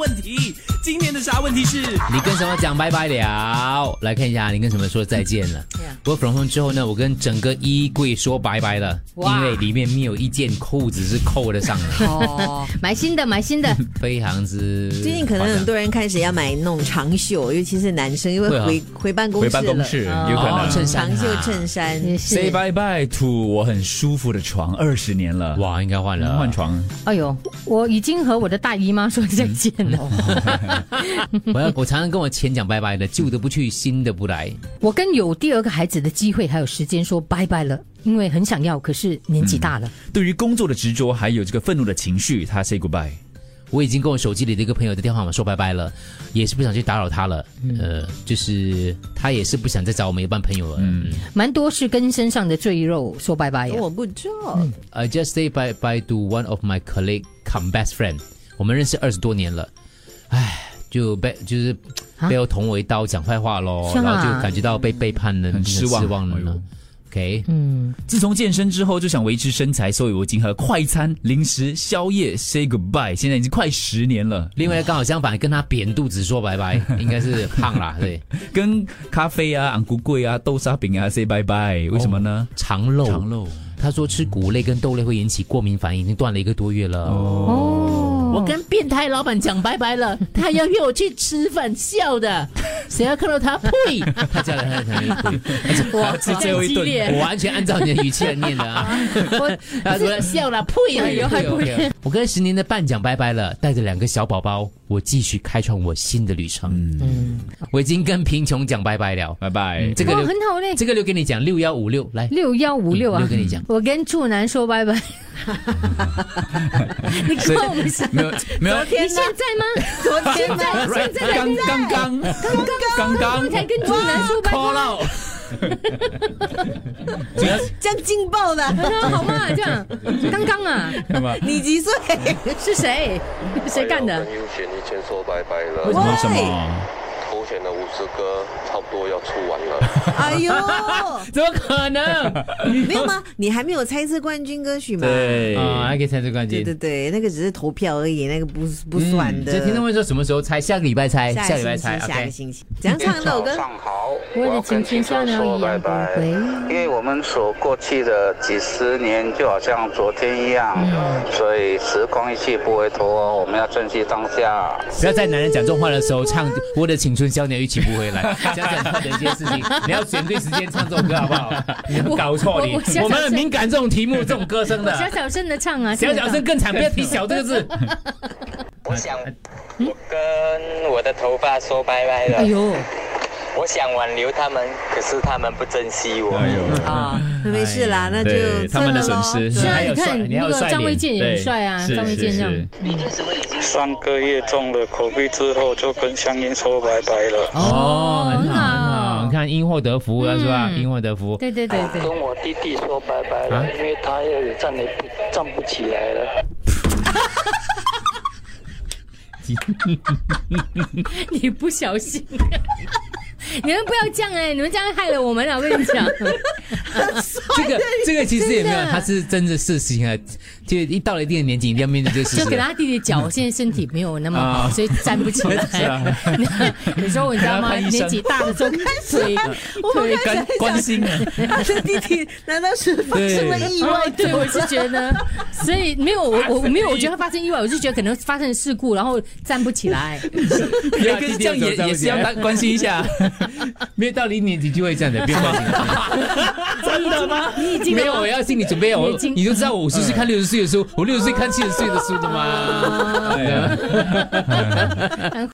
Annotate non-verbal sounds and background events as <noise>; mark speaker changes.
Speaker 1: 问题，今天的啥问题是？
Speaker 2: 你跟什么讲拜拜了？来看一下，你跟什么说再见了
Speaker 3: Yeah.
Speaker 2: ？Work from home 之后呢，我跟整个衣柜说拜拜了，
Speaker 3: 哇
Speaker 2: 因为里面没有一件裤子是扣得上
Speaker 3: <laughs>
Speaker 2: 的，
Speaker 3: 哦，
Speaker 4: 买新的，买
Speaker 2: <laughs>
Speaker 4: 新的。
Speaker 2: 非常之
Speaker 3: 最近可能很多人开始要买那种长袖，尤其是男生，因为
Speaker 2: 对啊
Speaker 3: 回回办公室
Speaker 5: 回
Speaker 3: 了，
Speaker 5: 办公室有可
Speaker 2: 哦
Speaker 5: 能。
Speaker 2: 衬衫
Speaker 3: 长袖
Speaker 2: 啊
Speaker 3: 衬衫。
Speaker 4: 也
Speaker 5: Say
Speaker 4: 呃是，
Speaker 5: bye bye to 我很舒服的床，二十年了，
Speaker 2: 哇，应该换了啊
Speaker 5: 换。床，
Speaker 4: 哎呦，我已经和我的大姨妈说再见了。
Speaker 2: 嗯我要我常常跟我前讲拜拜的，旧的不去，新的不来。
Speaker 4: <laughs>
Speaker 3: 嗯
Speaker 4: 我跟有第二个孩子的机会还有时间说拜拜了，因为很想要，可是年纪大了。
Speaker 2: 嗯
Speaker 5: 对于工作的执着，还有这个愤怒的情绪，他 say goodbye。
Speaker 2: 我已经跟我手机里的一个朋友的电话号码说拜拜了，也是不想去打扰他了。
Speaker 3: 嗯
Speaker 2: 呃，就是他也是不想再找我们一般朋友了。嗯
Speaker 4: 蛮多是跟身上的赘肉说拜拜呀。
Speaker 2: 哦
Speaker 3: 我不知道，
Speaker 2: I just say bye bye to one of my colleague, come best friend。我们认识二十多年了，唉，就被就是
Speaker 4: 啊
Speaker 2: 被我捅我一刀，讲坏话喽，
Speaker 4: 是啊
Speaker 2: 然后就感觉到被背叛了，
Speaker 5: 很失望
Speaker 2: 失望了
Speaker 5: 哎呦
Speaker 2: 呢。OK，
Speaker 5: 自从健身之后，就想维持身材，所以我已经和快餐、零食、宵夜 say goodbye，现在已经快十年了。
Speaker 2: 另外刚好相反，跟他扁肚子说拜
Speaker 5: <laughs>
Speaker 2: 拜，应该是胖啦，对，
Speaker 5: 跟咖啡啊、昂咕贵啊、豆沙饼啊 say bye bye，为什么呢？
Speaker 2: 肠漏。
Speaker 5: 长肉。
Speaker 2: 他说吃谷类跟豆类会引起过敏反应，已经断了一个多月了。
Speaker 4: 哦，
Speaker 6: 我跟变态老板讲拜拜了，他要约我去吃饭，笑的，谁要看到他 <laughs> 呸！
Speaker 2: 他叫来他很很
Speaker 4: <laughs>
Speaker 5: 我吃最后一
Speaker 6: 很激烈
Speaker 5: 顿，
Speaker 2: 我完全按照你的语气来念的啊。 <laughs>
Speaker 6: 他说笑了呸！哎呦，
Speaker 2: OK OK，我跟十年的伴讲拜拜了，带着两个小宝宝，我继续开创我新的旅程。
Speaker 6: 嗯
Speaker 2: 我已经跟贫穷讲拜拜了。
Speaker 5: <laughs> 拜拜。
Speaker 2: 这个
Speaker 4: 哇，
Speaker 2: 留
Speaker 4: 很好嘞。
Speaker 2: 这个留给你讲，六幺五六来。
Speaker 4: 六幺五六啊，
Speaker 2: 嗯六跟你讲
Speaker 4: 我跟处男说
Speaker 2: <laughs>
Speaker 4: 拜拜。你
Speaker 5: <laughs>
Speaker 4: 看我们是，
Speaker 5: 没有没有，
Speaker 4: 你现在吗？昨天现
Speaker 2: <laughs>
Speaker 4: 在现在来
Speaker 5: 刚刚刚刚刚
Speaker 4: 才跟处男说拜
Speaker 5: call
Speaker 4: 拜，
Speaker 5: out，
Speaker 3: 这样劲爆的，
Speaker 4: <laughs> 好吗？这样，刚刚啊，
Speaker 5: 对吧？
Speaker 3: 你几岁？
Speaker 4: 是谁？谁干的
Speaker 7: 我？又选一圈说拜拜
Speaker 5: 为什
Speaker 7: 了，
Speaker 5: 么什么？
Speaker 7: 头选的五十个差不多要出完了，
Speaker 5: <laughs>
Speaker 3: 哎呦，
Speaker 2: 怎么可能？
Speaker 6: <laughs>
Speaker 3: 没有吗？你还没有猜测冠军歌曲吗？
Speaker 5: 对
Speaker 2: 啊，还可以猜这冠
Speaker 3: 对
Speaker 2: 军。
Speaker 3: 对对，那个只是投票而已，那个不不算的。
Speaker 2: 这嗯听众会说什么时候猜？下个礼拜猜，
Speaker 3: 下
Speaker 2: 下
Speaker 3: 个
Speaker 2: 礼
Speaker 3: 星
Speaker 2: 拜猜。
Speaker 3: 期，下个
Speaker 2: OK。
Speaker 3: 星期怎样唱那首
Speaker 8: 早 <laughs>
Speaker 3: 歌？
Speaker 8: 上好，
Speaker 4: 我的
Speaker 8: 要
Speaker 4: 青
Speaker 8: 跟
Speaker 4: 春
Speaker 8: 青
Speaker 4: 像
Speaker 8: 春
Speaker 4: 鸟
Speaker 8: 说
Speaker 4: 一样的
Speaker 8: 拜拜
Speaker 4: 回。
Speaker 8: 因为我们所过去的几十年就好像昨天一样，所以时光一去不回头哦，我们要珍惜当下。
Speaker 2: 不要在男人讲这种话的时候唱《我的青春小鸟一起不回来》，这样讲错的一件事情。你要选对时间唱这首歌，好不好？你们搞错你
Speaker 4: 我我小小，声
Speaker 2: 我们很敏感这种题目、这种歌声
Speaker 4: 小
Speaker 2: 的。
Speaker 4: 小声的唱啊，
Speaker 2: 小小声
Speaker 4: 听得到。
Speaker 2: 更惨，不要提“小”这个字。
Speaker 9: 我想，我跟我的头发说拜拜
Speaker 4: 哎
Speaker 9: 了。
Speaker 4: 呦，
Speaker 9: 我想挽留他们，可是他们不珍惜我。
Speaker 5: 哎呦，
Speaker 3: 啊，那没事啦，那就
Speaker 5: 对他们的损失
Speaker 3: 算了咯
Speaker 5: 是
Speaker 4: 是啊，
Speaker 2: 还
Speaker 4: 你
Speaker 2: 有帅
Speaker 4: 看
Speaker 2: 你还
Speaker 4: 那
Speaker 2: 有
Speaker 4: 个
Speaker 2: 帅
Speaker 4: 张
Speaker 2: 脸
Speaker 4: 卫健也很帅啊，
Speaker 5: 对
Speaker 4: 张卫健
Speaker 5: 是
Speaker 4: 这样。
Speaker 5: 是
Speaker 8: 上个月中了口鼻之后，就跟香烟说拜拜了。
Speaker 2: 哦，很
Speaker 4: 很
Speaker 2: 好
Speaker 4: 好
Speaker 2: 很好，你看因祸得福啊了是吧？
Speaker 4: 嗯
Speaker 2: 因祸得
Speaker 4: <laughs>
Speaker 2: 福。
Speaker 4: 对对对对，
Speaker 9: 跟我弟弟说拜拜
Speaker 2: 啊
Speaker 9: 了，因为他也站也不站不起来了。
Speaker 4: 你不小心。 <laughs> 你们不要这样哎、你们这样害了我们啊！我跟你讲，
Speaker 2: 这个这个其实也没有
Speaker 4: 哎真，的
Speaker 2: 它是真的事情啊。就一到了一定的年纪，一定要面对这个事
Speaker 4: 就
Speaker 2: 实。啊 <laughs>
Speaker 4: 给他弟弟脚，现在身体没有那么好，
Speaker 5: 啊
Speaker 4: 所以站不起来。 <laughs> 有时候你知道吗？
Speaker 5: 给他看医生
Speaker 4: 年纪大的时候腿腿
Speaker 5: 关关心啊，
Speaker 3: <laughs> 他的弟弟难道是发生了意外？
Speaker 4: 哦，对，我是觉得，所以没有我我我没有，我觉得他发生意外，我是觉得可能发生事故，然后站不起来。
Speaker 5: 哎可是这样也也是要关关心一下，
Speaker 2: 没有到了一年级就会这样的，不用担心。
Speaker 4: 真的吗？你已
Speaker 2: <laughs>
Speaker 4: 经
Speaker 2: 没有，我要心理准备啊！我
Speaker 4: 已经
Speaker 2: 你都知道，我五十岁看六十岁的书，我六十岁看七十岁的书的嘛。
Speaker 5: 哎呀
Speaker 4: 很